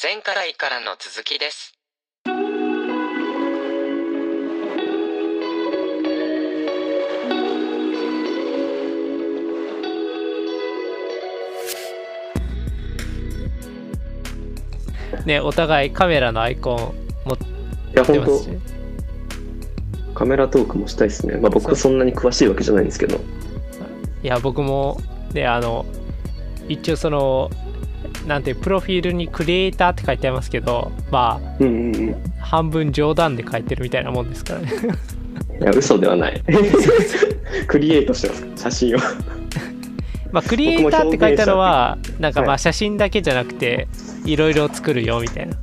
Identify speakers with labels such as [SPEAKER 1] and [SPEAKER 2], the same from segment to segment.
[SPEAKER 1] 前回からの続きです。
[SPEAKER 2] ねお互いカメラのアイコン持っ
[SPEAKER 3] いや
[SPEAKER 2] て
[SPEAKER 3] 本
[SPEAKER 2] ますし
[SPEAKER 3] 当カメラトークもしたいですね、まあ、僕はそんなに詳しいわけじゃないんですけど
[SPEAKER 2] いや僕もねあの一応そのなんていうプロフィールにクリエイターって書いてありますけどま
[SPEAKER 3] うんうんうんい
[SPEAKER 2] あ半分冗談で書いてるみたいなもんですからね
[SPEAKER 3] や嘘ではないクリエイトしてます写真を
[SPEAKER 2] まあクリエイターって書いたのはなんかま
[SPEAKER 3] は
[SPEAKER 2] あ写真だけじゃなくていろいろ作るよみたいな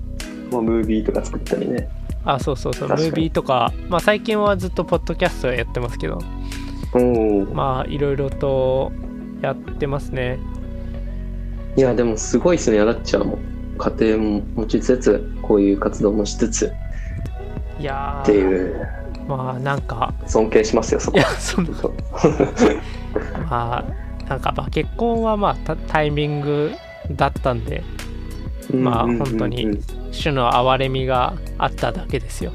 [SPEAKER 3] まあムービーとか作ったりね
[SPEAKER 2] あそうそうそうム
[SPEAKER 3] 確かに
[SPEAKER 2] ービーとかまあ最近はずっとポッドキャストやってますけど
[SPEAKER 3] うん
[SPEAKER 2] まあいろいろとやってますね
[SPEAKER 3] いやでもすごいですねやだっちゃんも家庭も持ちつつこういう活動もしつつっ
[SPEAKER 2] いやー
[SPEAKER 3] ていう
[SPEAKER 2] まあなんか
[SPEAKER 3] 尊敬しますよそ
[SPEAKER 2] い
[SPEAKER 3] こ
[SPEAKER 2] やそんな
[SPEAKER 3] そう
[SPEAKER 2] まあなんかまあ結婚はまあタタイミングだったんで まあ
[SPEAKER 3] うんうんうんうん
[SPEAKER 2] 本当に
[SPEAKER 3] い
[SPEAKER 2] 種の憐れみがあっただけですよ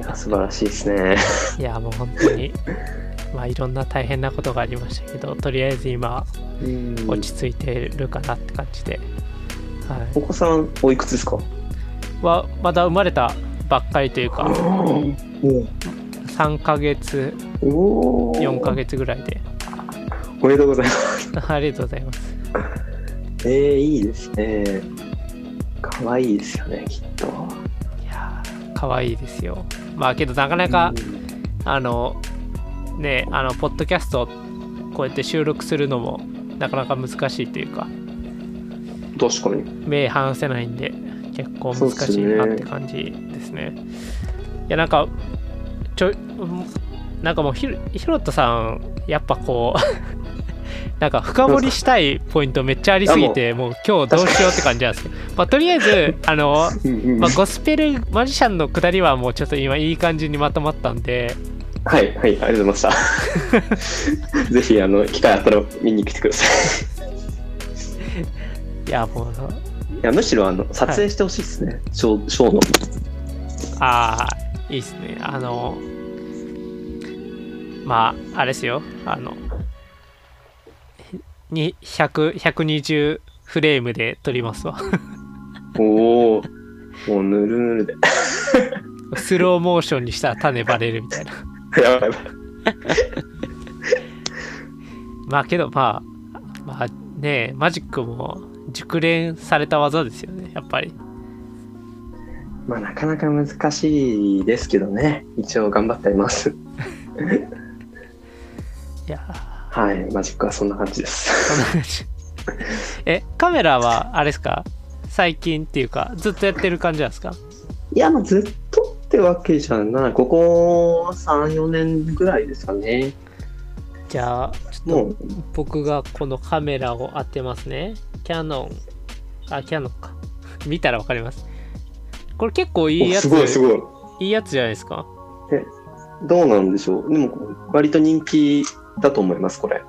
[SPEAKER 3] や素晴らしいですね
[SPEAKER 2] いやもう本当に まあいろんな大変なことがありましたけどとりあえず今落ち着いてるかなって感じで、は
[SPEAKER 3] お子さんおいくつですか
[SPEAKER 2] い、はまだ生まれたばっかりというか3ヶ月
[SPEAKER 3] おお
[SPEAKER 2] 4ヶ月ぐらいで
[SPEAKER 3] おめでとうございます
[SPEAKER 2] ありがとうございます
[SPEAKER 3] ええいいですね可愛いですよねきっと
[SPEAKER 2] いやー可愛いですよまあけどなかなか、あのねあのポッドキャストこうやって収録するのもなかなか難しいというか
[SPEAKER 3] うん確かに
[SPEAKER 2] 目離せないんで結構難しいなって感じですねいやなんかちょなんかもうひろひろとさんやっぱこう なんか深掘りしたいポイントめっちゃありすぎてもう今日どうしようって感じなんですけど、まあ、とりあえずあの、
[SPEAKER 3] うんうん
[SPEAKER 2] まあ、ゴスペルマジシャンのくだりはもうちょっと今いい感じにまとまったんで
[SPEAKER 3] はいはいありがとうございました ぜひあの機会あったら見に来てください
[SPEAKER 2] いやもう
[SPEAKER 3] いやむしろあの撮影してほしいですね、ショーショーの
[SPEAKER 2] ああいいですねあのまああれですよあのに100 120フレームで撮りますわ
[SPEAKER 3] おおもうぬるぬるで
[SPEAKER 2] スローモーションにしたら種バレるみたいな
[SPEAKER 3] やばいやばい
[SPEAKER 2] まあけどまあまあねマジックも熟練された技ですよねやっぱり
[SPEAKER 3] まあなかなか難しいですけどね一応頑張ってあります
[SPEAKER 2] いや
[SPEAKER 3] はいマジックはそんな感じで
[SPEAKER 2] ー そん
[SPEAKER 3] す
[SPEAKER 2] な感じ えカメラはあれですか最近っていうかずっとやってる感じなんですか
[SPEAKER 3] いやまあずっとってわけじゃないここ34年ぐらいですかね
[SPEAKER 2] じゃあちょっと
[SPEAKER 3] もう
[SPEAKER 2] 僕がこのカメラを当てますね。キャノン。あ、キャノンか。 見たらわかります。これ結構いいやつ、
[SPEAKER 3] おすごいすごい
[SPEAKER 2] いいやつじゃないですか。
[SPEAKER 3] どうなんでしょうでも割と人気だと思いますこれ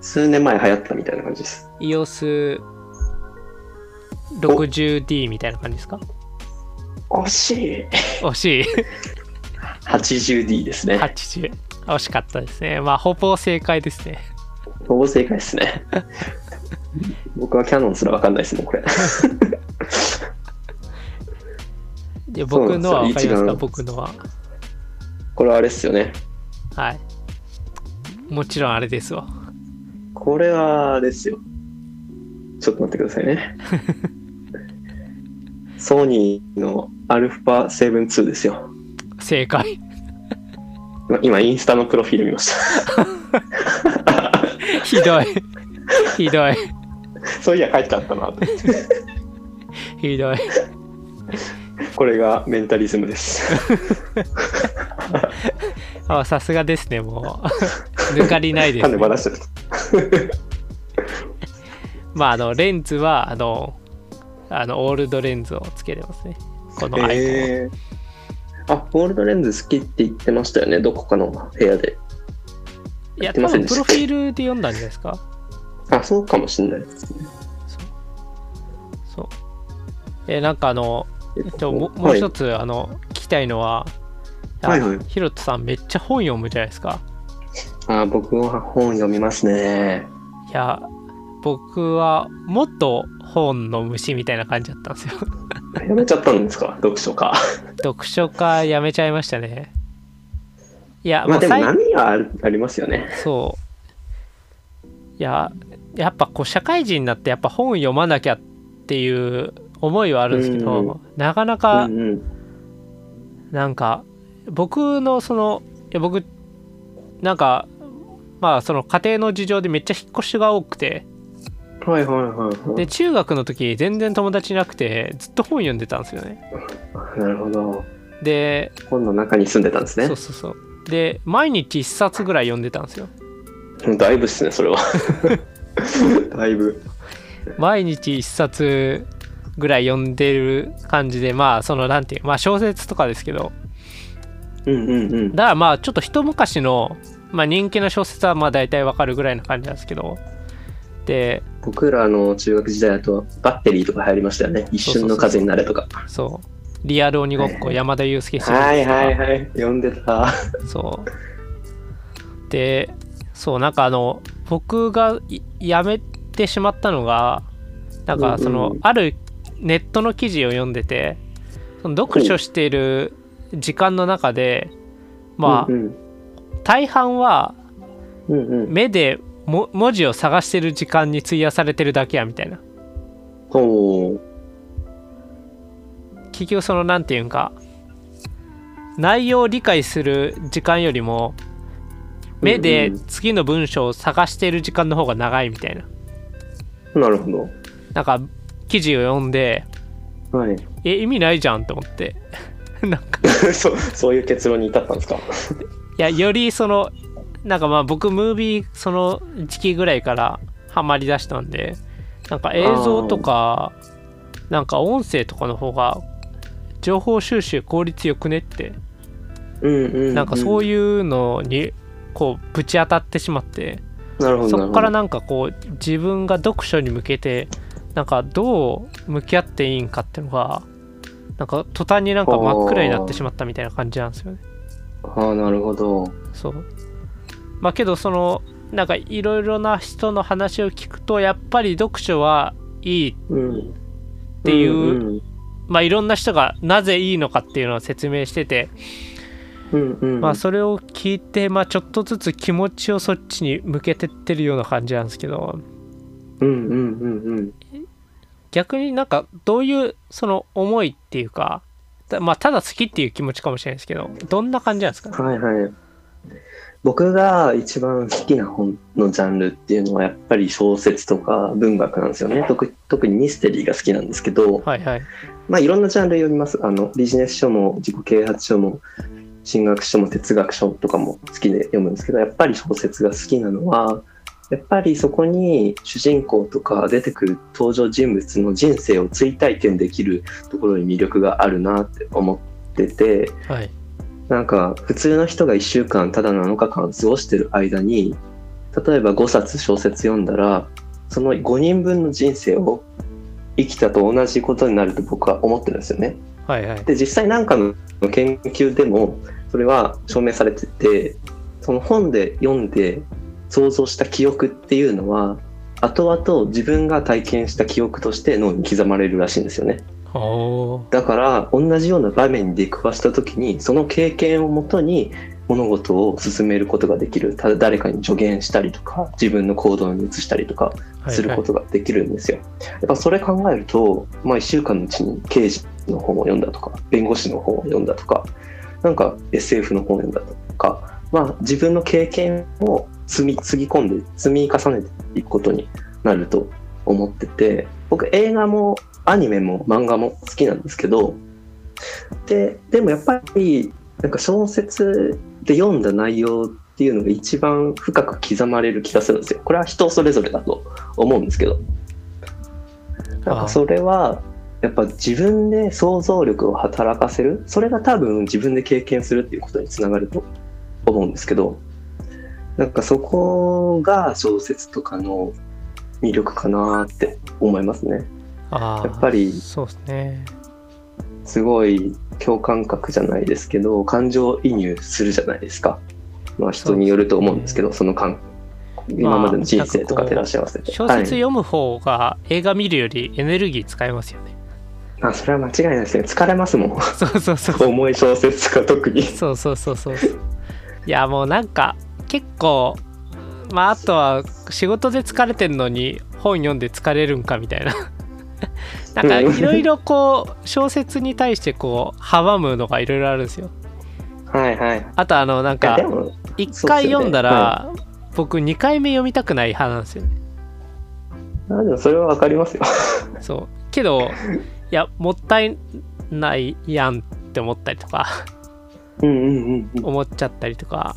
[SPEAKER 3] 数年前流行ったみたいな感じです
[SPEAKER 2] EOS60D みたいな感じですか
[SPEAKER 3] 惜しい
[SPEAKER 2] 惜しい。
[SPEAKER 3] 80D ですね
[SPEAKER 2] 80。惜しかったですね。まあ、ほぼ正解ですね。
[SPEAKER 3] ほぼ正解ですね僕はキャノンすらわかんないですもんこれ
[SPEAKER 2] で僕のはわかります
[SPEAKER 3] そうなんです
[SPEAKER 2] か
[SPEAKER 3] よ
[SPEAKER 2] 僕のは。
[SPEAKER 3] これはあれっすよね
[SPEAKER 2] はい。もちろんあれですわ。
[SPEAKER 3] これはあれですよちょっと待ってくださいねソニーの α7-2 ですよ
[SPEAKER 2] 正解。
[SPEAKER 3] 今今インスタのプロフィール見ました
[SPEAKER 2] ひどい。ひどい。
[SPEAKER 3] そういや書いてあった なと思って
[SPEAKER 2] ひどい。
[SPEAKER 3] これがメンタリズムです
[SPEAKER 2] あさすがですね、も う。抜かりないです、
[SPEAKER 3] 種
[SPEAKER 2] ね。
[SPEAKER 3] ばらしてる
[SPEAKER 2] まあ、あの、レンズは、あの、あの、オールドレンズをつけてますね。このアイコン。
[SPEAKER 3] えーあゴールドレンズ好きって言ってましたよねどこかの部屋で
[SPEAKER 2] いや、
[SPEAKER 3] 言って
[SPEAKER 2] 多
[SPEAKER 3] ません
[SPEAKER 2] 分
[SPEAKER 3] で
[SPEAKER 2] プ
[SPEAKER 3] し
[SPEAKER 2] ロ
[SPEAKER 3] た
[SPEAKER 2] フィールで読んだんじゃないですか。
[SPEAKER 3] あそうかもしれないですね
[SPEAKER 2] そう。そう。えなんかあの、
[SPEAKER 3] え
[SPEAKER 2] え
[SPEAKER 3] っ
[SPEAKER 2] っ
[SPEAKER 3] と
[SPEAKER 2] と、ももう一
[SPEAKER 3] はい
[SPEAKER 2] つ、あの聞きたいのは、
[SPEAKER 3] はいはい
[SPEAKER 2] ヒロトさんめっちゃ本読むじゃないですか。
[SPEAKER 3] あー僕は本読みますね。
[SPEAKER 2] いや、僕はもっと本の虫みたいな感じだったんですよ。
[SPEAKER 3] やめちゃったんですか読書か。
[SPEAKER 2] 読書家やめちゃいましたね。いや、
[SPEAKER 3] まあでも
[SPEAKER 2] 最
[SPEAKER 3] 波はあるありますよね。
[SPEAKER 2] そういややっぱこう社会人になってやっぱ本読まなきゃっていう思いはあるんですけど、
[SPEAKER 3] うん
[SPEAKER 2] なかな
[SPEAKER 3] う
[SPEAKER 2] か
[SPEAKER 3] んうん。
[SPEAKER 2] なんか僕のそのいや僕なんかまあその家庭の事情でめっちゃ引っ越しが多くて
[SPEAKER 3] はいはいはい、は
[SPEAKER 2] で
[SPEAKER 3] い
[SPEAKER 2] 中学の時全然友達いなくてずっと本読んでたんですよね。
[SPEAKER 3] あなるほど。
[SPEAKER 2] で
[SPEAKER 3] 本の中に住んでたんですね
[SPEAKER 2] そう。そうそうで毎日1冊ぐらい読んでたんですよ。
[SPEAKER 3] だいぶっすね、それ は。だいぶ。
[SPEAKER 2] 毎日一冊ぐらい読んでる感じでまあそのなんていうまあ小説とかですけど
[SPEAKER 3] うんうんうん。
[SPEAKER 2] だからまあちょっと一昔の、まあ、人気の小説はまあ大体わかるぐらいの感じなんですけどで
[SPEAKER 3] 僕らの中学時代だとバッテリーとか流行りましたよね。一瞬の風になれとか。
[SPEAKER 2] そうリアル鬼ごっこ山田裕介シリ
[SPEAKER 3] は
[SPEAKER 2] ーズ
[SPEAKER 3] い
[SPEAKER 2] とか
[SPEAKER 3] はいはい。読んでた。
[SPEAKER 2] そうでそうなんかあの僕がいやめてしまったのがなんかその、
[SPEAKER 3] うんうん
[SPEAKER 2] あるネットの記事を読んでてその読書している時間の中で、まあ、
[SPEAKER 3] うん
[SPEAKER 2] 大半は
[SPEAKER 3] うんうんうん。
[SPEAKER 2] 目でも文字を探してる時間に費やされてるだけやみたいな
[SPEAKER 3] おー
[SPEAKER 2] 結局そのなんていうんか内容を理解する時間よりも目で次の文章を探してる時間の方が長いみたいな
[SPEAKER 3] なるほ
[SPEAKER 2] なんか記事を読んで
[SPEAKER 3] ど。はい。
[SPEAKER 2] え意味ないじゃんって思って なんか
[SPEAKER 3] そうそういう結論に至ったんですか。
[SPEAKER 2] いやよりそのなんかまあ僕ムービーその時期ぐらいからハマりだしたんでなんか映像とかなんか音声とかの方が情報収集効率よくねって
[SPEAKER 3] うんうん、
[SPEAKER 2] なんかそう
[SPEAKER 3] い
[SPEAKER 2] いうのにこうぶち当たってしまって
[SPEAKER 3] う。なるほど。
[SPEAKER 2] そこから
[SPEAKER 3] な
[SPEAKER 2] な
[SPEAKER 3] る
[SPEAKER 2] んかこう自分が読書に向けてなんかどう向き合っていいんかっていうのがなんか途端になんか真っ暗になってしまったみたいな感じなんですよね。
[SPEAKER 3] ほど。ああ、なるほど。
[SPEAKER 2] そうまあけどそのなんかいろいろな人の話を聞くとやっぱり読書はいい
[SPEAKER 3] うん。って
[SPEAKER 2] いう
[SPEAKER 3] うん
[SPEAKER 2] まあいろんな人がなぜいいのかっていうのを説明してて
[SPEAKER 3] うんうん。
[SPEAKER 2] まあそれを聞いてまあちょっとずつ気持ちをそっちに向けてってるような感じなんですけど
[SPEAKER 3] うんうんうんうん。
[SPEAKER 2] 逆になんかどういうその思いっていうかたまあただ好きっていう気持ちかもしれないですけどどんな感じなんですか
[SPEAKER 3] はいはい。僕が一番好きな本のジャンルっていうのはやっぱり小説とか文学なんですよね。特特にミステリーが好きなんですけど、
[SPEAKER 2] はいはい
[SPEAKER 3] まあいろんなジャンル読みます。あのビジネス書も自己啓発書も進学書も哲学書とかも好きで読むんですけど、やっぱり小説が好きなのは、やっぱりそこに主人公とか出てくる登場人物の人生を追体験できるところに魅力があるなって思ってて、
[SPEAKER 2] はい
[SPEAKER 3] なんか普通の人が1週間ただ7日間過ごしてる間に例えば5冊小説読んだらその5人分の人生を生きたと同じことになると僕は思ってるんですよね。
[SPEAKER 2] はいはい
[SPEAKER 3] で実際なんかの研究でもそれは証明されててその本で読んで想像した記憶っていうのは後々自分が体験した記憶として脳に刻まれるらしいんですよね。
[SPEAKER 2] おお
[SPEAKER 3] だから同じような場面に出くわした時にその経験をもとに物事を進めることができるただ誰かに助言したりとか自分の行動に移したりとか
[SPEAKER 2] ーはい
[SPEAKER 3] する
[SPEAKER 2] はい
[SPEAKER 3] ことができるんですよ。やっぱそれ考えると、まあ、1週間のうちに刑事の本を読んだとか弁護士の本を読んだとかなんか SF の本を読んだとか、まあ、自分の経験を積みつぎ込んで積み重ねていくことになると思ってて僕映画もアニメも漫画も好きなんですけどででもやっぱりなんか小説で読んだ内容っていうのが一番深く刻まれる気がするんですよ。これは人それぞれだと思うんですけどなん
[SPEAKER 2] あ
[SPEAKER 3] か
[SPEAKER 2] ー
[SPEAKER 3] それはやっぱ自分で想像力を働かせるそれが多分自分で経験するっていうことにつながると思うんですけどなんかそこが小説とかの魅力かなって思いますね。
[SPEAKER 2] あああ
[SPEAKER 3] やっぱり
[SPEAKER 2] そうですね
[SPEAKER 3] すごい共感覚じゃないですけど感情移入するじゃないですか、まあ、人によると思うんですけどその感今までの人生とか照らし合わせて、
[SPEAKER 2] 小説
[SPEAKER 3] はい、
[SPEAKER 2] 読む方が映画見るよりエネルギー使えますよ ね、
[SPEAKER 3] あそれは間違いないですね疲れますもん
[SPEAKER 2] そうそうそうそう
[SPEAKER 3] 重い小説とか特に
[SPEAKER 2] そうそうそうそうそういやもうなんか結構まああとは仕事で疲れてんのに本読んで疲れるんかみたいな なんかいろいろこう小説に対してこう阻むのがいろいろあるんですよ
[SPEAKER 3] はいはいい
[SPEAKER 2] あとあのなん
[SPEAKER 3] や
[SPEAKER 2] か
[SPEAKER 3] でも
[SPEAKER 2] 1回読んだら僕2回目読みたくない派なんですよね
[SPEAKER 3] あでもそれはわかりますよ
[SPEAKER 2] そうけどいやもったいないやんって思ったりとか
[SPEAKER 3] うんうんうんうん
[SPEAKER 2] 思っちゃったりとか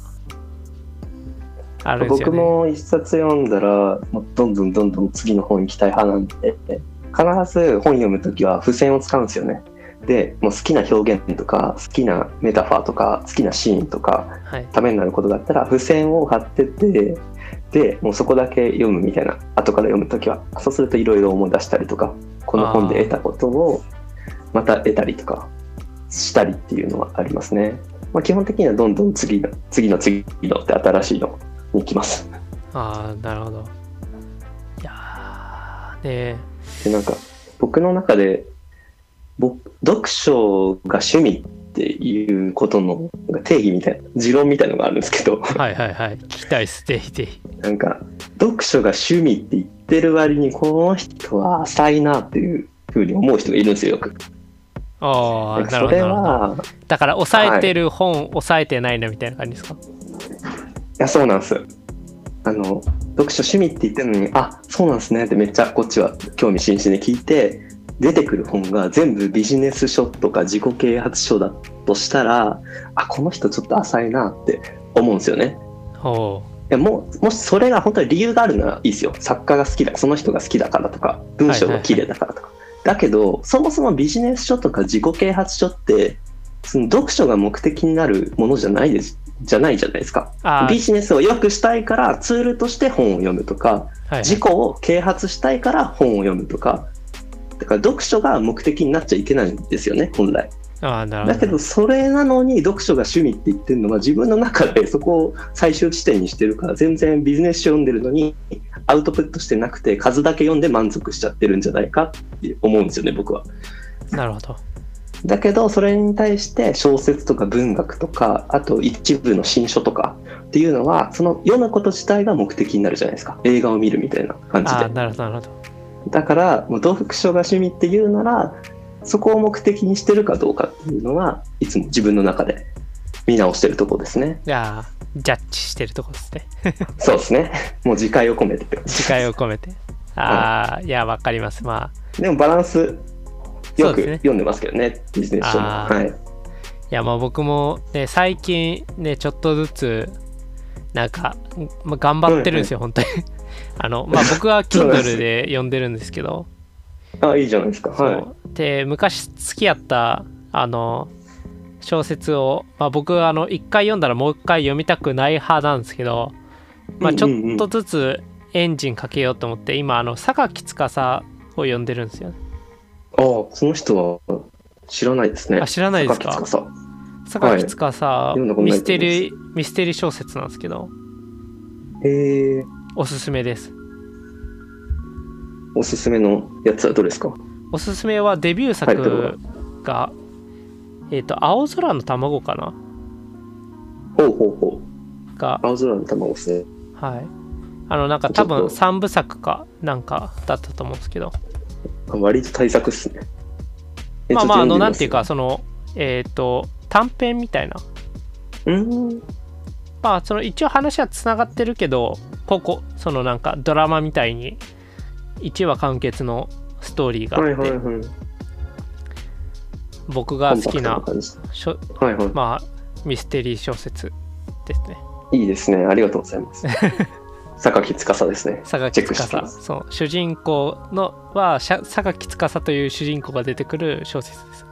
[SPEAKER 2] あるんですよ
[SPEAKER 3] 僕
[SPEAKER 2] ね
[SPEAKER 3] も一冊読んだらもうどんどんどんどん次の本行きたい派なんで必ず本読む時は付箋を使うんですよねでもう好きな表現とか好きなメタファーとか好きなシーンとか
[SPEAKER 2] はい
[SPEAKER 3] ためになることがあったら付箋を貼っててでもうそこだけ読むみたいな後から読む時はそうするといろいろ思い出したりとかこの本で得たことをまた得たりとかしたりっていうのはありますね、まあ、基本的にはどんどん次の次の次のって新しいのに行きます
[SPEAKER 2] ああなるほどいやーね
[SPEAKER 3] でなんか僕の中で僕読書が趣味っていうことのなんか定義みたいな持論みたいのがあるんですけど
[SPEAKER 2] はいはいはい聞きたいっすぜひぜひ
[SPEAKER 3] なんか読書が趣味って言ってる割にこの人は浅いなっていうふうに思う人がいるんですよよく。
[SPEAKER 2] ああ
[SPEAKER 3] なんか
[SPEAKER 2] なるほ
[SPEAKER 3] そ
[SPEAKER 2] ど
[SPEAKER 3] れ
[SPEAKER 2] なるほど
[SPEAKER 3] は
[SPEAKER 2] だから抑えてる本、抑えてないのみたいな感じですか
[SPEAKER 3] いやそうなんですあの読書趣味って言ってるのに「あそうなんですね」ってめっちゃこっちは興味津々で聞いて出てくる本が全部ビジネス書とか自己啓発書だとしたらあこの人ちょっと浅いなって思うんですよね。
[SPEAKER 2] ほ
[SPEAKER 3] いやもうもしそれが本当に理由があるならいいですよ作家が好きだその人が好きだからとか文章が綺麗だからとか、だけどそもそもビジネス書とか自己啓発書ってその読書が目的になるものじゃないですじゃないじゃないですか
[SPEAKER 2] うああ
[SPEAKER 3] ビジネスを良くしたいからツールとして本を読むとか
[SPEAKER 2] はい
[SPEAKER 3] 自己を啓発したいから本を読むとかだから読書が目的になっちゃいけないんですよね本来
[SPEAKER 2] ああなる
[SPEAKER 3] だ
[SPEAKER 2] ほ
[SPEAKER 3] け
[SPEAKER 2] ど
[SPEAKER 3] どそれなのに読書が趣味って言ってるのは自分の中でそこを最終地点にしてるから全然ビジネス書読んでるのにアウトプットしてなくて数だけ読んで満足しちゃってるんじゃないかって思うんですよね僕は
[SPEAKER 2] なるほど
[SPEAKER 3] だけどそれに対して小説とか文学とかあと一部の新書とかっていうのはその読むこと自体が目的になるじゃないですか映画を見るみたいな感じ
[SPEAKER 2] ああ
[SPEAKER 3] で
[SPEAKER 2] なるほどなるほ
[SPEAKER 3] だからもう読書が趣味っていうならそこを目的にしてるかどうかっていうのはいつも自分の中で見直してるところですね
[SPEAKER 2] どいやージャッジしてるとこですね
[SPEAKER 3] そうですね もう自戒を込めてって
[SPEAKER 2] 次回を込めてああ、いやわかりますまあ
[SPEAKER 3] でもバランス
[SPEAKER 2] そ
[SPEAKER 3] よ
[SPEAKER 2] うで
[SPEAKER 3] く
[SPEAKER 2] すね
[SPEAKER 3] 読んでますけどねビジネス書も
[SPEAKER 2] あー
[SPEAKER 3] はい
[SPEAKER 2] いやまあ僕もね最近ねちょっとずつなんか、まあ、頑張ってるんですよ、本当に あのまあ僕は
[SPEAKER 3] そうなんで
[SPEAKER 2] Kindle
[SPEAKER 3] す
[SPEAKER 2] で読んでるんですけど
[SPEAKER 3] あいいじゃないですかはい
[SPEAKER 2] そうで昔好きやったあの小説を、まあ、僕あの一回読んだらもう一回読みたくない派なんですけど、まあ、ちょっとずつエンジンかけようと思って今あの榊司を読んでるんですよね
[SPEAKER 3] ああその人は知らないですね
[SPEAKER 2] あ知らないです
[SPEAKER 3] 榊
[SPEAKER 2] か
[SPEAKER 3] 司
[SPEAKER 2] 榊司
[SPEAKER 3] 読んだことないと思います
[SPEAKER 2] ミステリーミステリー小説なんですけど
[SPEAKER 3] えー、
[SPEAKER 2] おすすめです
[SPEAKER 3] おすすめのやつはどれですか
[SPEAKER 2] おすすめはデビュー
[SPEAKER 3] タイトルは
[SPEAKER 2] 作が、えっ、と、青空の卵かな
[SPEAKER 3] ほうほうほう。
[SPEAKER 2] が、
[SPEAKER 3] 青空の卵ですね。
[SPEAKER 2] はい。あの、なんか
[SPEAKER 3] ちょ
[SPEAKER 2] 多
[SPEAKER 3] っと
[SPEAKER 2] 分3部作かなんかだったと思うんですけど、
[SPEAKER 3] あ割と対策っすね。え
[SPEAKER 2] まあまあ、あの、なんていう。
[SPEAKER 3] ちょっと読でみ
[SPEAKER 2] か、その、えっ、と、短編みたいな。
[SPEAKER 3] すうーん。
[SPEAKER 2] まあ、その一応話はつながってるけど、ここ、そのなんかドラマみたいに、1話完結のストーリーがあっ
[SPEAKER 3] は
[SPEAKER 2] て、
[SPEAKER 3] いはいはい。
[SPEAKER 2] 僕が好きな
[SPEAKER 3] コンパクト感じ
[SPEAKER 2] しょ、
[SPEAKER 3] はいは
[SPEAKER 2] まあ、ミステリー小説ですね。
[SPEAKER 3] い。いいですね。ありがとうござい ます。榊司ですね。
[SPEAKER 2] 榊
[SPEAKER 3] チェックしてま
[SPEAKER 2] 司
[SPEAKER 3] す
[SPEAKER 2] そう主人公のはしゃ榊司という主人公が出てくる小説です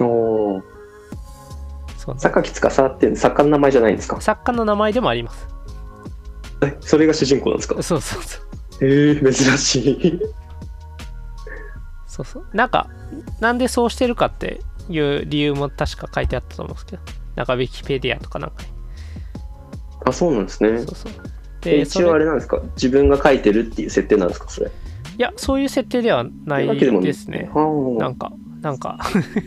[SPEAKER 3] おお。
[SPEAKER 2] そうなんです
[SPEAKER 3] 榊司って作家の名前じゃないんですか。
[SPEAKER 2] 作家の名前でもあります
[SPEAKER 3] え、それが主人公なんですか。
[SPEAKER 2] そうそうそう
[SPEAKER 3] ええ珍しい。
[SPEAKER 2] そうそうなんかなんでそうしてるかっていう理由も確か書いてあったと思うんですけどなんかウィキペディアとかなんか
[SPEAKER 3] あそうなんですね
[SPEAKER 2] そうそう
[SPEAKER 3] え
[SPEAKER 2] でそ
[SPEAKER 3] 一応あ
[SPEAKER 2] れ
[SPEAKER 3] れなんですか自分が書いてるっていう設定なんですかそれ
[SPEAKER 2] いやそういう設定ではない
[SPEAKER 3] わけでも
[SPEAKER 2] ですね
[SPEAKER 3] あー
[SPEAKER 2] なんか、なんか、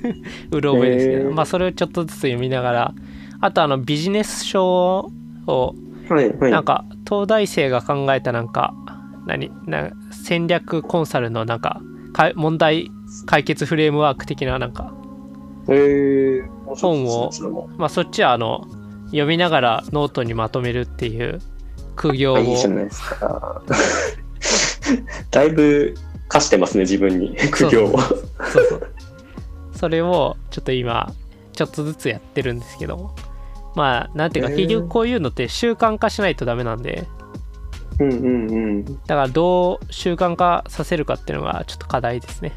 [SPEAKER 2] うろ覚えですけど、
[SPEAKER 3] へー
[SPEAKER 2] まあ、それをちょっとずつ読みながら、あと、あの、ビジネス書を、
[SPEAKER 3] はいはい
[SPEAKER 2] なんか、東大生が考えた、なんか、何、な戦略コンサルの、なんか、かい問題解決フレームワーク的な、なんか、
[SPEAKER 3] えー、
[SPEAKER 2] 本を
[SPEAKER 3] それも
[SPEAKER 2] まあ、そっちは、あの、読みながらノートにまとめるっていう苦行を
[SPEAKER 3] あいいじゃないです かだいぶ課してますね自分に苦行を
[SPEAKER 2] そうそう。それをちょっと今、ちょっとずつやってるんですけど、まあ、なんていうか、
[SPEAKER 3] へー
[SPEAKER 2] 結局こういうのって習慣化しないとダメなんで、
[SPEAKER 3] うんうんうん
[SPEAKER 2] だからどう習慣化させるかっていうのがちょっと課題ですね。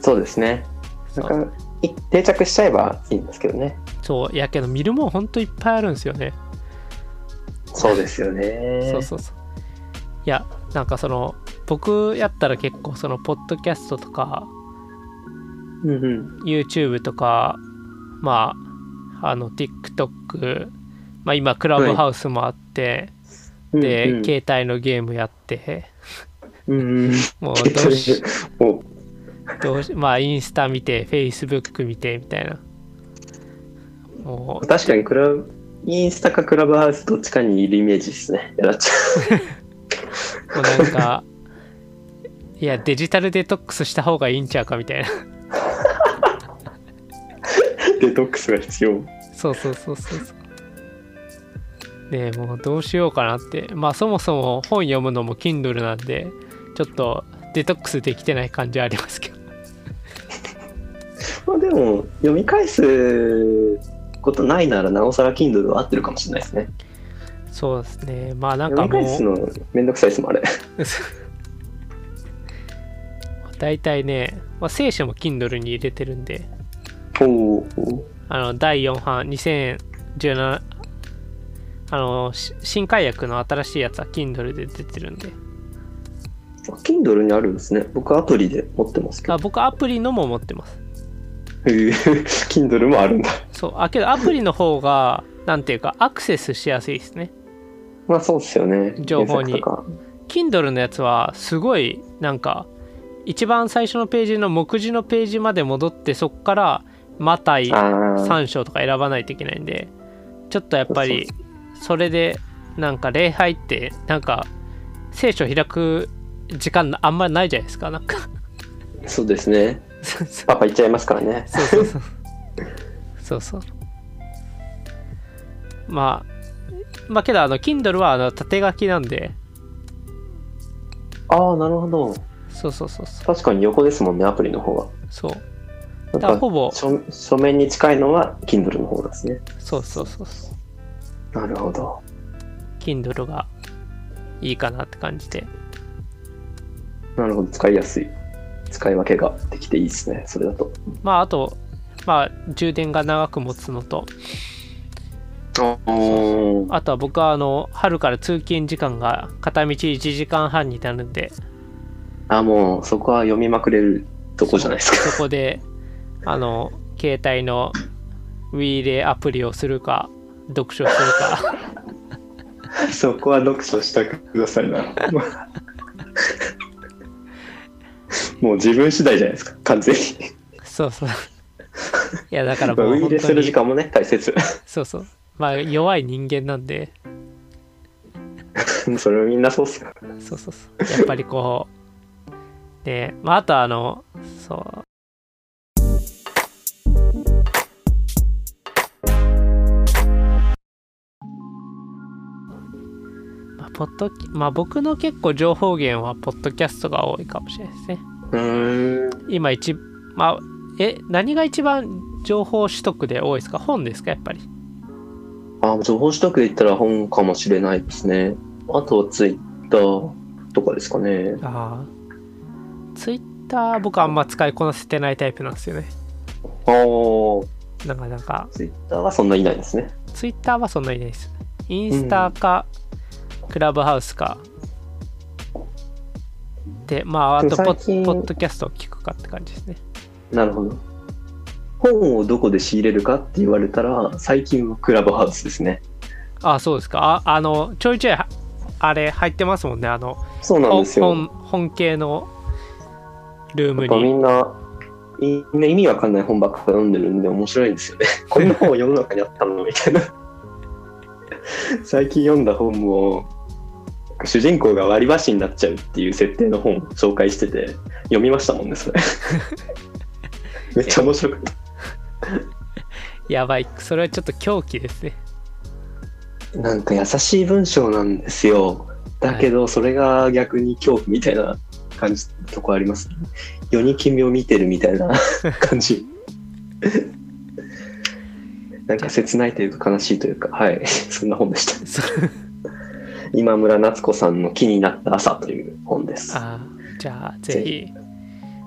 [SPEAKER 3] そうですね
[SPEAKER 2] そ
[SPEAKER 3] な
[SPEAKER 2] うん
[SPEAKER 3] かい定着しちゃえばいいんですけどね
[SPEAKER 2] そう、やけど見るもんほんといっぱいあるんですよね。
[SPEAKER 3] そうですよね
[SPEAKER 2] そうそうそう。いや、なんかその、僕やったら結構その、ポッドキャストとか、
[SPEAKER 3] うんうん
[SPEAKER 2] YouTube とか、まあ、あの、TikTok、まあ今、クラブハウスもあって、で、
[SPEAKER 3] うんうん
[SPEAKER 2] 携帯のゲームやって
[SPEAKER 3] うん うん
[SPEAKER 2] もう
[SPEAKER 3] 携
[SPEAKER 2] どうし
[SPEAKER 3] 帯を
[SPEAKER 2] どうしまあインスタ見てフェイスブック見てみたいなもう
[SPEAKER 3] 確かにクラブインスタかクラブハウスどっちかにいるイメージですねやらっちゃ
[SPEAKER 2] もうなんかいやデジタルデトックスした方がいいんちゃうかみたいな
[SPEAKER 3] うデトックスが必要
[SPEAKER 2] そうそうそうそうそうねえもうどうしようかなってまあそもそも本読むのも Kindle なんでちょっとデトックスできてない感じはありますけど
[SPEAKER 3] まあでも読み返すことないならなおさら Kindle は合ってるかもしれないですね
[SPEAKER 2] そうですねまあなん
[SPEAKER 3] 読
[SPEAKER 2] か
[SPEAKER 3] み
[SPEAKER 2] もう
[SPEAKER 3] 返すのめんどくさいですもんあれ
[SPEAKER 2] 大体ね、まあ、聖書も Kindle に入れてるんで
[SPEAKER 3] おお
[SPEAKER 2] あの第4版2017あのし新海薬の新しいやつは Kindle で出てるんで
[SPEAKER 3] Kindle にあるんですね僕アプリで持ってますけど
[SPEAKER 2] あ僕アプリのも持ってます
[SPEAKER 3] へえ Kindle もあるんだ
[SPEAKER 2] そうあけどアプリの方がなんていうかアクセスしやすいですね
[SPEAKER 3] まあそうですよね
[SPEAKER 2] 情報に
[SPEAKER 3] 検索とか
[SPEAKER 2] Kindle のやつはすごいなんか一番最初のページの目次のページまで戻ってそこからマタイ
[SPEAKER 3] ああ
[SPEAKER 2] 3章とか選ばないといけないんでちょっとやっぱりそれでなんか礼拝ってなんか聖書開く時間あんまりないじゃないですかなんか
[SPEAKER 3] そうですね
[SPEAKER 2] そうそ
[SPEAKER 3] パパ行っちゃいますからね
[SPEAKER 2] うそうそう そうそうまあまあけどあの Kindle はあの縦書きなんで
[SPEAKER 3] ああなるほど
[SPEAKER 2] そうそうそうそう
[SPEAKER 3] 確かに横ですもんねアプリの方は
[SPEAKER 2] そう
[SPEAKER 3] な
[SPEAKER 2] だから
[SPEAKER 3] んか
[SPEAKER 2] ほぼ
[SPEAKER 3] 書書面に近いのは Kindle の方ですね
[SPEAKER 2] そうそうそうそう
[SPEAKER 3] なるほど
[SPEAKER 2] Kindle がいいかなって感じで
[SPEAKER 3] なるほど使いやすい使い分けができていいですねそれだと
[SPEAKER 2] まああとまあ充電が長く持つのと
[SPEAKER 3] お
[SPEAKER 2] あとは僕はあの春から通勤時間が片道1時間半になるんで
[SPEAKER 3] あもうそこは読みまくれるとこじゃな いですか
[SPEAKER 2] そこであの携帯の Wii レアプリをするか読書するか
[SPEAKER 3] そこは読書したくださいな もう自分次第じゃないですか完全に
[SPEAKER 2] そうそう いやだから
[SPEAKER 3] まあ
[SPEAKER 2] も
[SPEAKER 3] ウ
[SPEAKER 2] う
[SPEAKER 3] ィー
[SPEAKER 2] 本
[SPEAKER 3] レ
[SPEAKER 2] 当
[SPEAKER 3] する時
[SPEAKER 2] に
[SPEAKER 3] 間もね大切
[SPEAKER 2] そうそうまあ弱い人間なんで
[SPEAKER 3] もうそれはみんなそうっすよ
[SPEAKER 2] そうそうそうやっぱりこうでまああとはあのそうまあ、ポッドキまあ僕の結構情報源はポッドキャストが多いかもしれないですね。
[SPEAKER 3] うん
[SPEAKER 2] 今一、まあ、え、何が一番情報取得で多いですか本ですかやっぱり。
[SPEAKER 3] あ情報取得で言ったら本かもしれないですねあとはツイッターとかですかね
[SPEAKER 2] ああ。ツイッター僕あんま使いこなせてないタイプなんですよね。
[SPEAKER 3] ああ
[SPEAKER 2] なんかなんか、
[SPEAKER 3] ツイッターはそんなにいないですね
[SPEAKER 2] ツイッターはそんなにいないです。インスタか、クラブハウスか。で、まあ、あと
[SPEAKER 3] でも
[SPEAKER 2] ポ
[SPEAKER 3] 最
[SPEAKER 2] ッ、
[SPEAKER 3] 近
[SPEAKER 2] ポッドキャストを聞くかって感じですね。
[SPEAKER 3] なるほど。本をどこで仕入れるかって言われたら、最近はクラブハウスですね。
[SPEAKER 2] あそうですか。あ、あの、ちょいちょい、はあれ、入ってますもんね。あの、
[SPEAKER 3] そうなん
[SPEAKER 2] 本
[SPEAKER 3] ですよ。
[SPEAKER 2] 本本系のルー
[SPEAKER 3] や
[SPEAKER 2] ム
[SPEAKER 3] っぱみ
[SPEAKER 2] に。
[SPEAKER 3] んな、みんな意味わかんない本ばっか読んでるんで面白いんですよね。こんな本世の中にあったのみたいな。最近読んだ本も、主人公が割り箸になっちゃうっていう設定の本を紹介してて、読みましたもんね、それ。めっちゃ面白かった。
[SPEAKER 2] やばい。それはちょっと狂気ですね。
[SPEAKER 3] なんか優しい文章なんですよ。だけど、それが逆に恐怖みたいな感じのとこあります、ね。世に君を見てるみた いな感じ。なんか切ないというか悲しいというか、はい、 そんな本でし た。
[SPEAKER 2] そ
[SPEAKER 3] 今村夏子さんの気になった朝という本です。
[SPEAKER 2] あーじゃあ、ぜひ、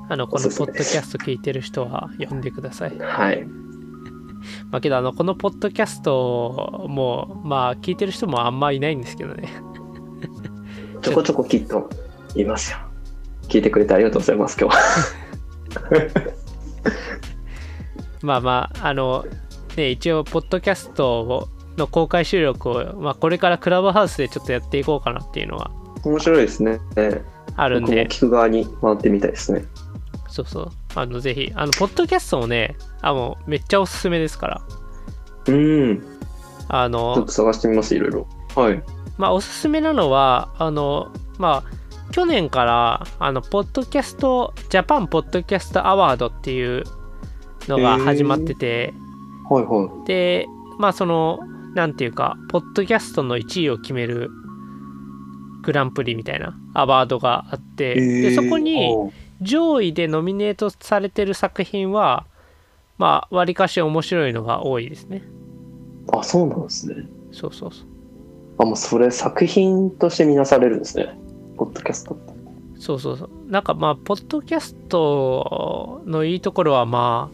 [SPEAKER 2] あの、こ
[SPEAKER 3] お
[SPEAKER 2] の
[SPEAKER 3] すす
[SPEAKER 2] ポッ
[SPEAKER 3] め
[SPEAKER 2] ドキ
[SPEAKER 3] です
[SPEAKER 2] ャスト聞いてる人は読んでください。
[SPEAKER 3] はい。
[SPEAKER 2] まあ、けど、あの、このポッドキャストも、まあ、聞いてる人もあんまいないんですけどね。
[SPEAKER 3] ちょこちょこきっといますよ。聞いてくれてありがとうございます、今日は。
[SPEAKER 2] まあまあ、あの、ね、一応、ポッドキャストの公開収録を、まあ、これからクラブハウスでちょっとやっていこうかなっていうのは
[SPEAKER 3] 面白いですね。
[SPEAKER 2] あるん
[SPEAKER 3] 僕も
[SPEAKER 2] で、
[SPEAKER 3] 聞く側に回ってみたいですね。
[SPEAKER 2] そうそう、あの、ぜひ、あの、ポッドキャストもね、あの、めっちゃおすすめですから、
[SPEAKER 3] うん。
[SPEAKER 2] あ
[SPEAKER 3] ちょっ
[SPEAKER 2] の
[SPEAKER 3] と、探してみます、いろいろ。はい。
[SPEAKER 2] まあ、おすすめなのは、あの、まあ、去年から、あの、ポッドキャスト、ジャパンポッドキャストアワードっていうのが始まってて、
[SPEAKER 3] はいはい。
[SPEAKER 2] でまあそのなんていうかポッドキャストの1位を決めるグランプリみたいなアワードがあって、でそこに上位でノミネートされてる作品はまあわりかし面白いのが多いですね
[SPEAKER 3] ああそうなんですね
[SPEAKER 2] そうそうそう
[SPEAKER 3] あもうそれ作品として見なされるんですねポッドキャストって
[SPEAKER 2] そうそうそうなんかまあポッドキャストのいいところはま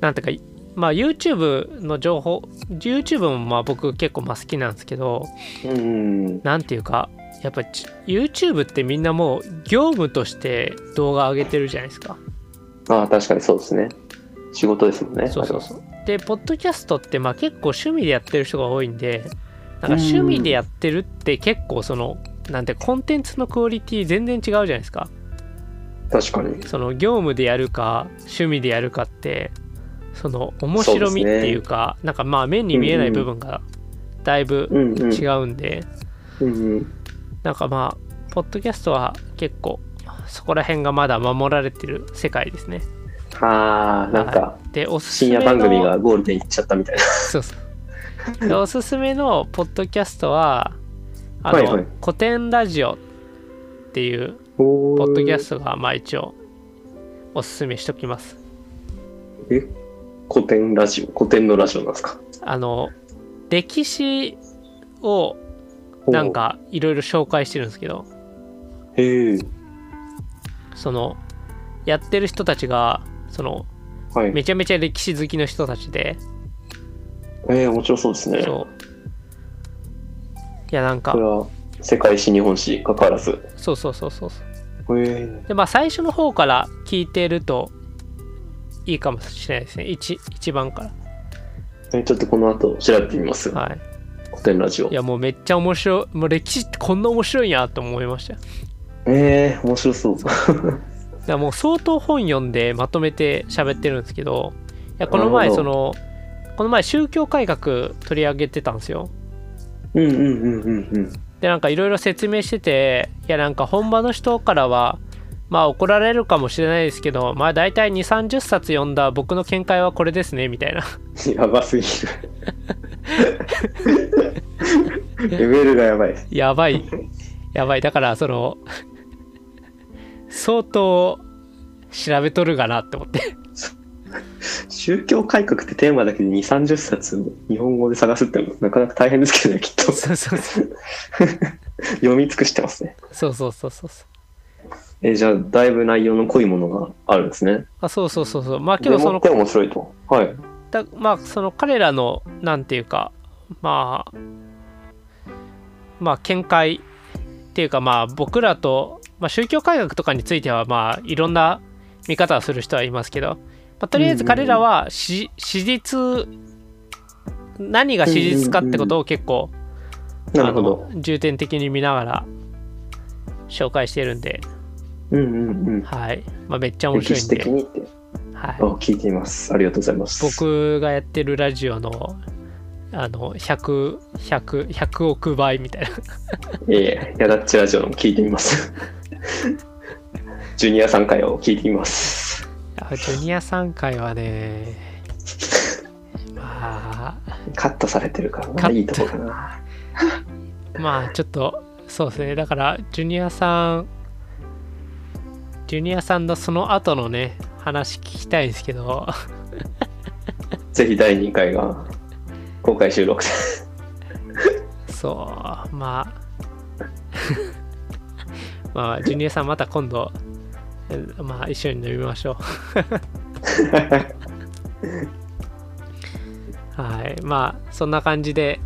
[SPEAKER 2] あなんていうかまあ YouTube の情報 YouTube もまあ僕結構まあ好きなんですけど
[SPEAKER 3] うんうん
[SPEAKER 2] なんていうかやっぱち YouTube ってみんなもう業務として動画上げてるじゃないですか
[SPEAKER 3] ああ確かにそうですね仕事ですもんね
[SPEAKER 2] そうそうそうでポッドキャストってまあ結構趣味でやってる人が多いんでなんか趣味でやってるって結構そのなんてコンテンツのクオリティ全然違うじゃないですか
[SPEAKER 3] あれは確かに
[SPEAKER 2] その業務でやるか趣味でやるかってその面白みっていうかなんかまあ目に見えない部分がだいぶ
[SPEAKER 3] うんうん
[SPEAKER 2] 違うんで、
[SPEAKER 3] うんうん
[SPEAKER 2] なんかまあ、ポッドキャストは結構、そこら辺がまだ守られてる世界ですね。
[SPEAKER 3] ああなんか
[SPEAKER 2] で、おすす
[SPEAKER 3] 深
[SPEAKER 2] め
[SPEAKER 3] 夜
[SPEAKER 2] の
[SPEAKER 3] 番組がゴールデン行っちゃったみたいな
[SPEAKER 2] そうそうでおすすめのポッドキャストは、あの、
[SPEAKER 3] はいはい
[SPEAKER 2] 古典ラジオっていう
[SPEAKER 3] ポ
[SPEAKER 2] ポッドキャストが、まあ一応、おすすめしときます。
[SPEAKER 3] トえ古典ラジオ古典のラジオなんですか
[SPEAKER 2] あの、歴史をなんかいろいろ紹介してるんですけど、
[SPEAKER 3] おーへえ
[SPEAKER 2] その、やってる人たちが、その、
[SPEAKER 3] はい
[SPEAKER 2] めちゃめちゃ歴史好きの人たちで、
[SPEAKER 3] えー、面白そうですね
[SPEAKER 2] そう。いや、なんか
[SPEAKER 3] これ、は世界史日本史関わらずへ
[SPEAKER 2] そうそうそうそうそう。
[SPEAKER 3] え
[SPEAKER 2] で、まあ、最初の方から聞いてるといいかもしれないですね。一一番か
[SPEAKER 3] えちょっとこの後調べてみます
[SPEAKER 2] ら。はい。
[SPEAKER 3] 古典ラジオ
[SPEAKER 2] いや、もうめっちゃ面白い。もう歴史ってこんな面白いんやと思いましたよ。
[SPEAKER 3] えー、面 白そう。
[SPEAKER 2] だからもう相当本読んでまとめて喋ってるんですけど、いや、この前、
[SPEAKER 3] な
[SPEAKER 2] そ
[SPEAKER 3] るほ
[SPEAKER 2] の、この前宗教改革取り上げてたんですよ。
[SPEAKER 3] うんうんうんうんうん。
[SPEAKER 2] でなんかいろいろ説明してていやなんか本場の人からはまあ怒られるかもしれないですけどまあ大体2 3 0冊読んだ僕の見解はこれですねみたいな
[SPEAKER 3] やばすぎる。レベルがやばい。
[SPEAKER 2] やばいやばいだからその相当調べとるがなって思 って
[SPEAKER 3] 宗教改革ってテーマだけで2、30冊を日本語で探すってのなかなか大変ですけどね、きっと。
[SPEAKER 2] そうそうそう
[SPEAKER 3] 読み尽くしてますね。
[SPEAKER 2] そうそうそうそうそう
[SPEAKER 3] えじゃあ、だいぶ内容の濃いものがあるんですね。
[SPEAKER 2] あそうそうそうそうまあけ
[SPEAKER 3] で
[SPEAKER 2] どそ
[SPEAKER 3] も
[SPEAKER 2] の
[SPEAKER 3] って面白いと。はい。
[SPEAKER 2] だまあその彼らのなんていうかまあまあ見解っていうかまあ僕らとまあ、宗教改革とかについてはまあいろんな見方をする人はいますけど、まあ、とりあえず彼らはし史実何が史実かってことを結構、
[SPEAKER 3] な
[SPEAKER 2] あ
[SPEAKER 3] るほ
[SPEAKER 2] の
[SPEAKER 3] ど。
[SPEAKER 2] 重点的に見ながら紹介してるんで、
[SPEAKER 3] うんうんうん。
[SPEAKER 2] はいまあ、めっちゃ面白
[SPEAKER 3] 歴
[SPEAKER 2] いん
[SPEAKER 3] 史
[SPEAKER 2] で
[SPEAKER 3] 的、にって、
[SPEAKER 2] はい
[SPEAKER 3] あ、聞いています。ありがとうございます。
[SPEAKER 2] 僕がやってるラジオのあの100 100 100億倍みたいな
[SPEAKER 3] いえいえ、やだっちラジオの聞いてみます。ジュニアさん会を聞いてみます。
[SPEAKER 2] あジュニアさん回はね まあ
[SPEAKER 3] カットされてるから
[SPEAKER 2] カッ
[SPEAKER 3] な、
[SPEAKER 2] ト
[SPEAKER 3] いいとこかな。
[SPEAKER 2] まあちょっとそうですねだからジュニアさんジュニアさんのその後のね話聞きたいですけど
[SPEAKER 3] ぜひ第2回が公開 収録で。
[SPEAKER 2] そうまあ まあジュニアさんまた今度えまあ一緒に飲みましょうはいまあそんな感じで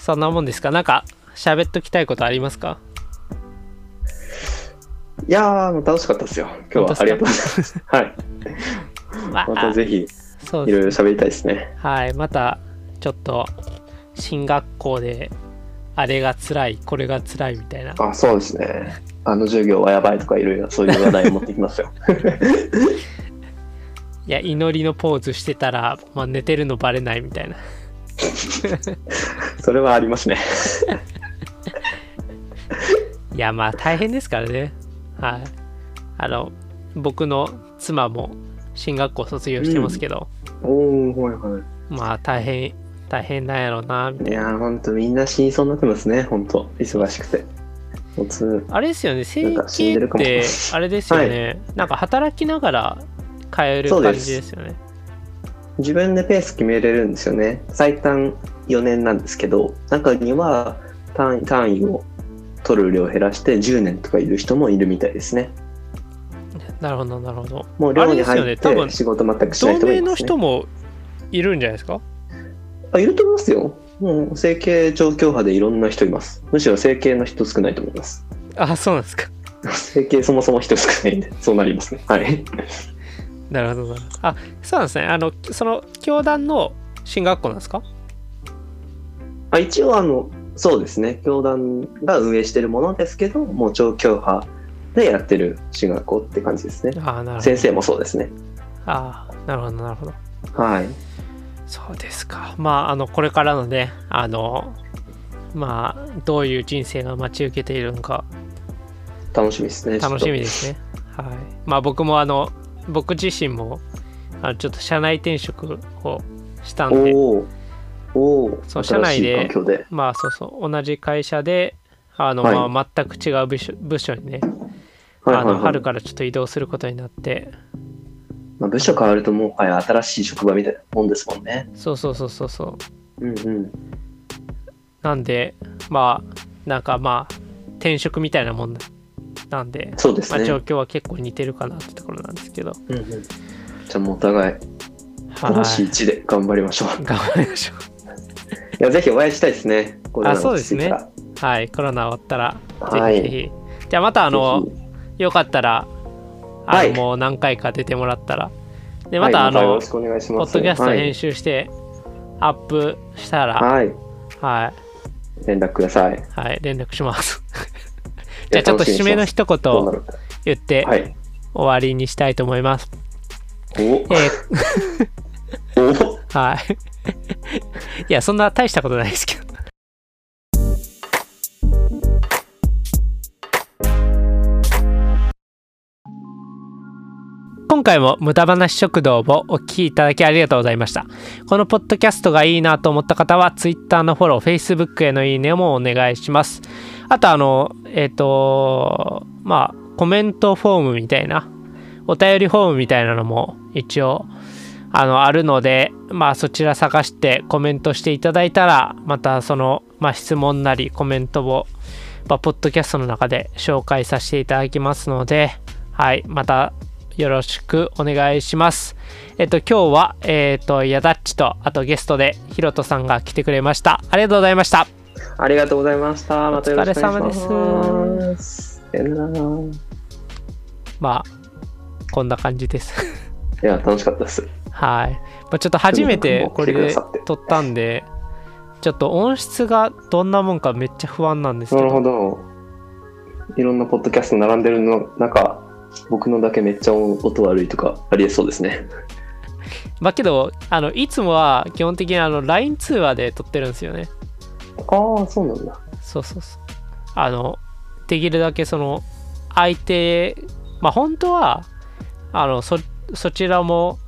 [SPEAKER 2] そんなもんですかなんか喋っときたいことありますか
[SPEAKER 3] いやー、もう楽しかったですよ。今日はありがとうございます。 はい。
[SPEAKER 2] ま
[SPEAKER 3] またぜひ、い
[SPEAKER 2] そう
[SPEAKER 3] ろい
[SPEAKER 2] です
[SPEAKER 3] ろ
[SPEAKER 2] ね
[SPEAKER 3] 喋りたいですね。
[SPEAKER 2] はいまたちょっと進学校であれが辛いこれが辛いみたいな
[SPEAKER 3] あ、そうですね。あの授業はやばいとか、いろいろそういう話題を持ってきますよ。
[SPEAKER 2] いや祈りのポーズしてたら、まあ、寝てるのバレないみたいな
[SPEAKER 3] それはありますね。
[SPEAKER 2] いやまあ大変ですからねはいあの僕の妻も進学校卒業してますけど、
[SPEAKER 3] おー、はいは
[SPEAKER 2] まあ大変大変なんやろうなみたい
[SPEAKER 3] いやー、ほんとみんな死にそうになってますね、ほんと。忙しくて。もつ。
[SPEAKER 2] なあれですよね整
[SPEAKER 3] なんか死
[SPEAKER 2] 形
[SPEAKER 3] んでる
[SPEAKER 2] っ
[SPEAKER 3] かも
[SPEAKER 2] てあれですよね、なんか働きながら通える感じですよね
[SPEAKER 3] 自分でペース決めれるんですよね。最短4年なんですけど、中には単位単位を取る量を減らして10年とかいる人もいるみたいですね。
[SPEAKER 2] なるほどなるほど
[SPEAKER 3] もう
[SPEAKER 2] あ
[SPEAKER 3] 寮
[SPEAKER 2] れ
[SPEAKER 3] に
[SPEAKER 2] ですよね
[SPEAKER 3] 入っ
[SPEAKER 2] 多分
[SPEAKER 3] て仕事全くしない
[SPEAKER 2] 同
[SPEAKER 3] 人もい
[SPEAKER 2] 盟
[SPEAKER 3] ます、ね。
[SPEAKER 2] の人もいるんじゃないですか
[SPEAKER 3] あいると思いますよ。もう整形状況派でいろんな人います。むしろ整形の人少ないと思います。
[SPEAKER 2] あそうなんですか
[SPEAKER 3] 整形そもそも人少ないんで、そうなりますね。はい。
[SPEAKER 2] なるほどなるほどあそうなんですねあのその教団の進学校なんですか
[SPEAKER 3] あ一応あの、そうですね、教団が運営してるものですけど、もう状況派でやってる進学校って感じですね。
[SPEAKER 2] ああなるほど
[SPEAKER 3] 先生もそうですね。
[SPEAKER 2] ああなるほどなるほど
[SPEAKER 3] はい。
[SPEAKER 2] そうですか。まあ、あの、これからのね、あの、まあ、どういう人生が待ち受けているのか、
[SPEAKER 3] 楽しみですね。
[SPEAKER 2] 楽しみ
[SPEAKER 3] ちょっ
[SPEAKER 2] ですね。はい。まあ、僕も、あの、僕自身も、あのちょっと社内転職をした
[SPEAKER 3] と
[SPEAKER 2] んで、
[SPEAKER 3] おーおー
[SPEAKER 2] そう社内で
[SPEAKER 3] 新しい環境で。
[SPEAKER 2] まあ、そうそう、同じ会社で、あの、
[SPEAKER 3] はい
[SPEAKER 2] まあ、全く違う部署部署にね、
[SPEAKER 3] はい
[SPEAKER 2] あ
[SPEAKER 3] はい
[SPEAKER 2] の、
[SPEAKER 3] はい
[SPEAKER 2] 春からちょっと移動することになって、
[SPEAKER 3] まあ、部署変わるともうはや新しい職場みたいなもんですもんね。
[SPEAKER 2] そうそうそうそうそう。
[SPEAKER 3] うんうん。
[SPEAKER 2] なんで、まあ、なんかまあ、転職みたいなもんなんで、
[SPEAKER 3] そうです
[SPEAKER 2] まあ、
[SPEAKER 3] ね。
[SPEAKER 2] 状況は結構似てるかなってところなんですけど、
[SPEAKER 3] うんうん、じゃあもうお互い
[SPEAKER 2] は
[SPEAKER 3] 正しい位
[SPEAKER 2] い、
[SPEAKER 3] 置で頑張り ましょう。い、
[SPEAKER 2] 頑張りましょ
[SPEAKER 3] やぜひお会いしたいですね。コロナが落ち着いたら
[SPEAKER 2] う。はい、コロナ終わったら、
[SPEAKER 3] はい
[SPEAKER 2] ぜひぜひ。じゃあまたあの
[SPEAKER 3] ぜ、ひ
[SPEAKER 2] よかったら、あの
[SPEAKER 3] はい
[SPEAKER 2] もう何回か出てもらったら、で、また
[SPEAKER 3] は
[SPEAKER 2] あ
[SPEAKER 3] いよ
[SPEAKER 2] の、
[SPEAKER 3] ろしくお願いし
[SPEAKER 2] ポ
[SPEAKER 3] ま
[SPEAKER 2] ッ
[SPEAKER 3] す。
[SPEAKER 2] ドキャスト
[SPEAKER 3] はい
[SPEAKER 2] 編集して、アップしたら、はい、
[SPEAKER 3] はい、連絡ください。
[SPEAKER 2] はい、連絡します。
[SPEAKER 3] い
[SPEAKER 2] じゃ
[SPEAKER 3] や
[SPEAKER 2] あちょっと
[SPEAKER 3] 楽しみにし
[SPEAKER 2] 締めの
[SPEAKER 3] ます
[SPEAKER 2] 一言
[SPEAKER 3] どうな
[SPEAKER 2] を
[SPEAKER 3] るか。
[SPEAKER 2] 言って
[SPEAKER 3] はい。
[SPEAKER 2] 終わりにしたいと思います。
[SPEAKER 3] お
[SPEAKER 2] え
[SPEAKER 3] お
[SPEAKER 2] ーはい。 いや、そんな大したことないですけど。今回も無駄話食堂をお聞きいただきありがとうございました。このポッドキャストがいいなと思った方は Twitter のフォロー、Facebook へのいいねもお願いします。あとあの、えっ、と、まあコメントフォームみたいな、お便りフォームみたいなのも一応あのあるので、まあそちら探してコメントしていただいたら、またその、まあ、質問なりコメントを、まあ、ポッドキャストの中で紹介させていただきますので、はい、またよろしくお願いします。えっと、今日は、えっと、やだっちと、あとゲストで、ひろとさんが来てくれました。ありがとうございました。
[SPEAKER 3] ありがとうございました。またよろしくお願いします。えんだな。
[SPEAKER 2] まあ、こんな感じです。
[SPEAKER 3] いや、楽しかったです。
[SPEAKER 2] はい。まあ、ちょっと初めてこれで撮ったんで、ちょっと音質がどんなもんかめっちゃ不安なんですけ
[SPEAKER 3] な
[SPEAKER 2] ど、
[SPEAKER 3] るほど。いろんなポッドキャスト並んでるの中、僕のだけめっちゃ音悪いとかありえそうですね。
[SPEAKER 2] まあけど、あのいつもは基本的にあの LINE 通話で撮ってるんですよね。
[SPEAKER 3] ああ、そうなんだ。
[SPEAKER 2] そうそうそう。あの、できるだけその、相手、まあ本当は、あの、そ、そちらも、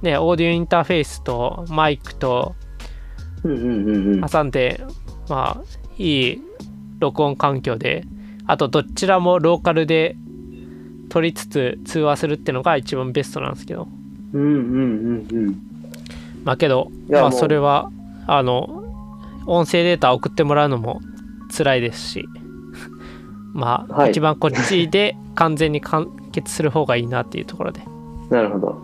[SPEAKER 2] ね、オーディオインターフェースとマイクと
[SPEAKER 3] うんうんうんうん。
[SPEAKER 2] 挟んで、まあ、いい録音環境で、あとどちらもローカルで撮りつつ通話するってのが一番ベストなんですけど。
[SPEAKER 3] うんうんうんうん。
[SPEAKER 2] まあけど、
[SPEAKER 3] いや
[SPEAKER 2] まあ
[SPEAKER 3] もう
[SPEAKER 2] それは、あの、音声データ送ってもらうのも辛いですし、 まあ、
[SPEAKER 3] はい
[SPEAKER 2] 一番こっちで完全に完結する方がいいなっていうところで。
[SPEAKER 3] なるほど。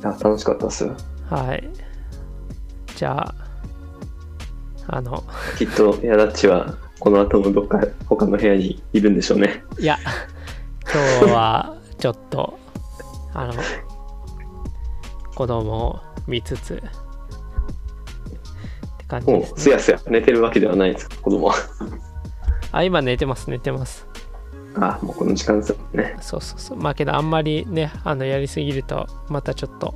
[SPEAKER 3] いや、楽しかったです。
[SPEAKER 2] はい。じゃあ、あの、
[SPEAKER 3] きっと、ヤダッチは、この後もどっか他の部屋にいるんでしょうね。
[SPEAKER 2] いや、今日はちょっと、あの、子供を見つつ、って感じ
[SPEAKER 3] も
[SPEAKER 2] です
[SPEAKER 3] う、す
[SPEAKER 2] ね。
[SPEAKER 3] やすや寝てるわけではないんですか、子供は。
[SPEAKER 2] あ、今寝てます、寝てます。
[SPEAKER 3] ああ、もうこの時間ですよね。
[SPEAKER 2] そうそうそう。まあけどあんまりね、あのやりすぎると、またちょっと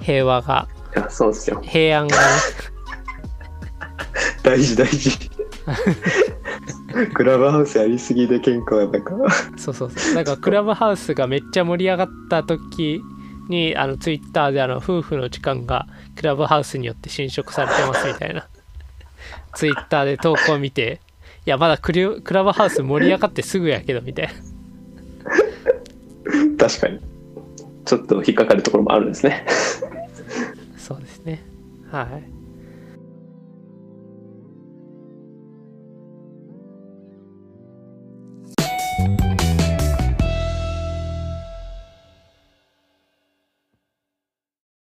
[SPEAKER 2] 平和が、
[SPEAKER 3] いや、そうですよ。
[SPEAKER 2] 平安がね、
[SPEAKER 3] 大事大 事。クラブハウスやりすぎで喧嘩はなんか。
[SPEAKER 2] そうそうそう。なんかクラブハウスがめっちゃ盛り上がった時に、あのツイッターであの夫婦の時間がクラブハウスによって侵食されてますみたいな。 ツイッターで投稿を見て、いやまだクリュクラブハウス盛り上がってすぐやけどみたいな。
[SPEAKER 3] 確かにちょっと引っかかるところもあるんですね
[SPEAKER 2] そうですね。はい。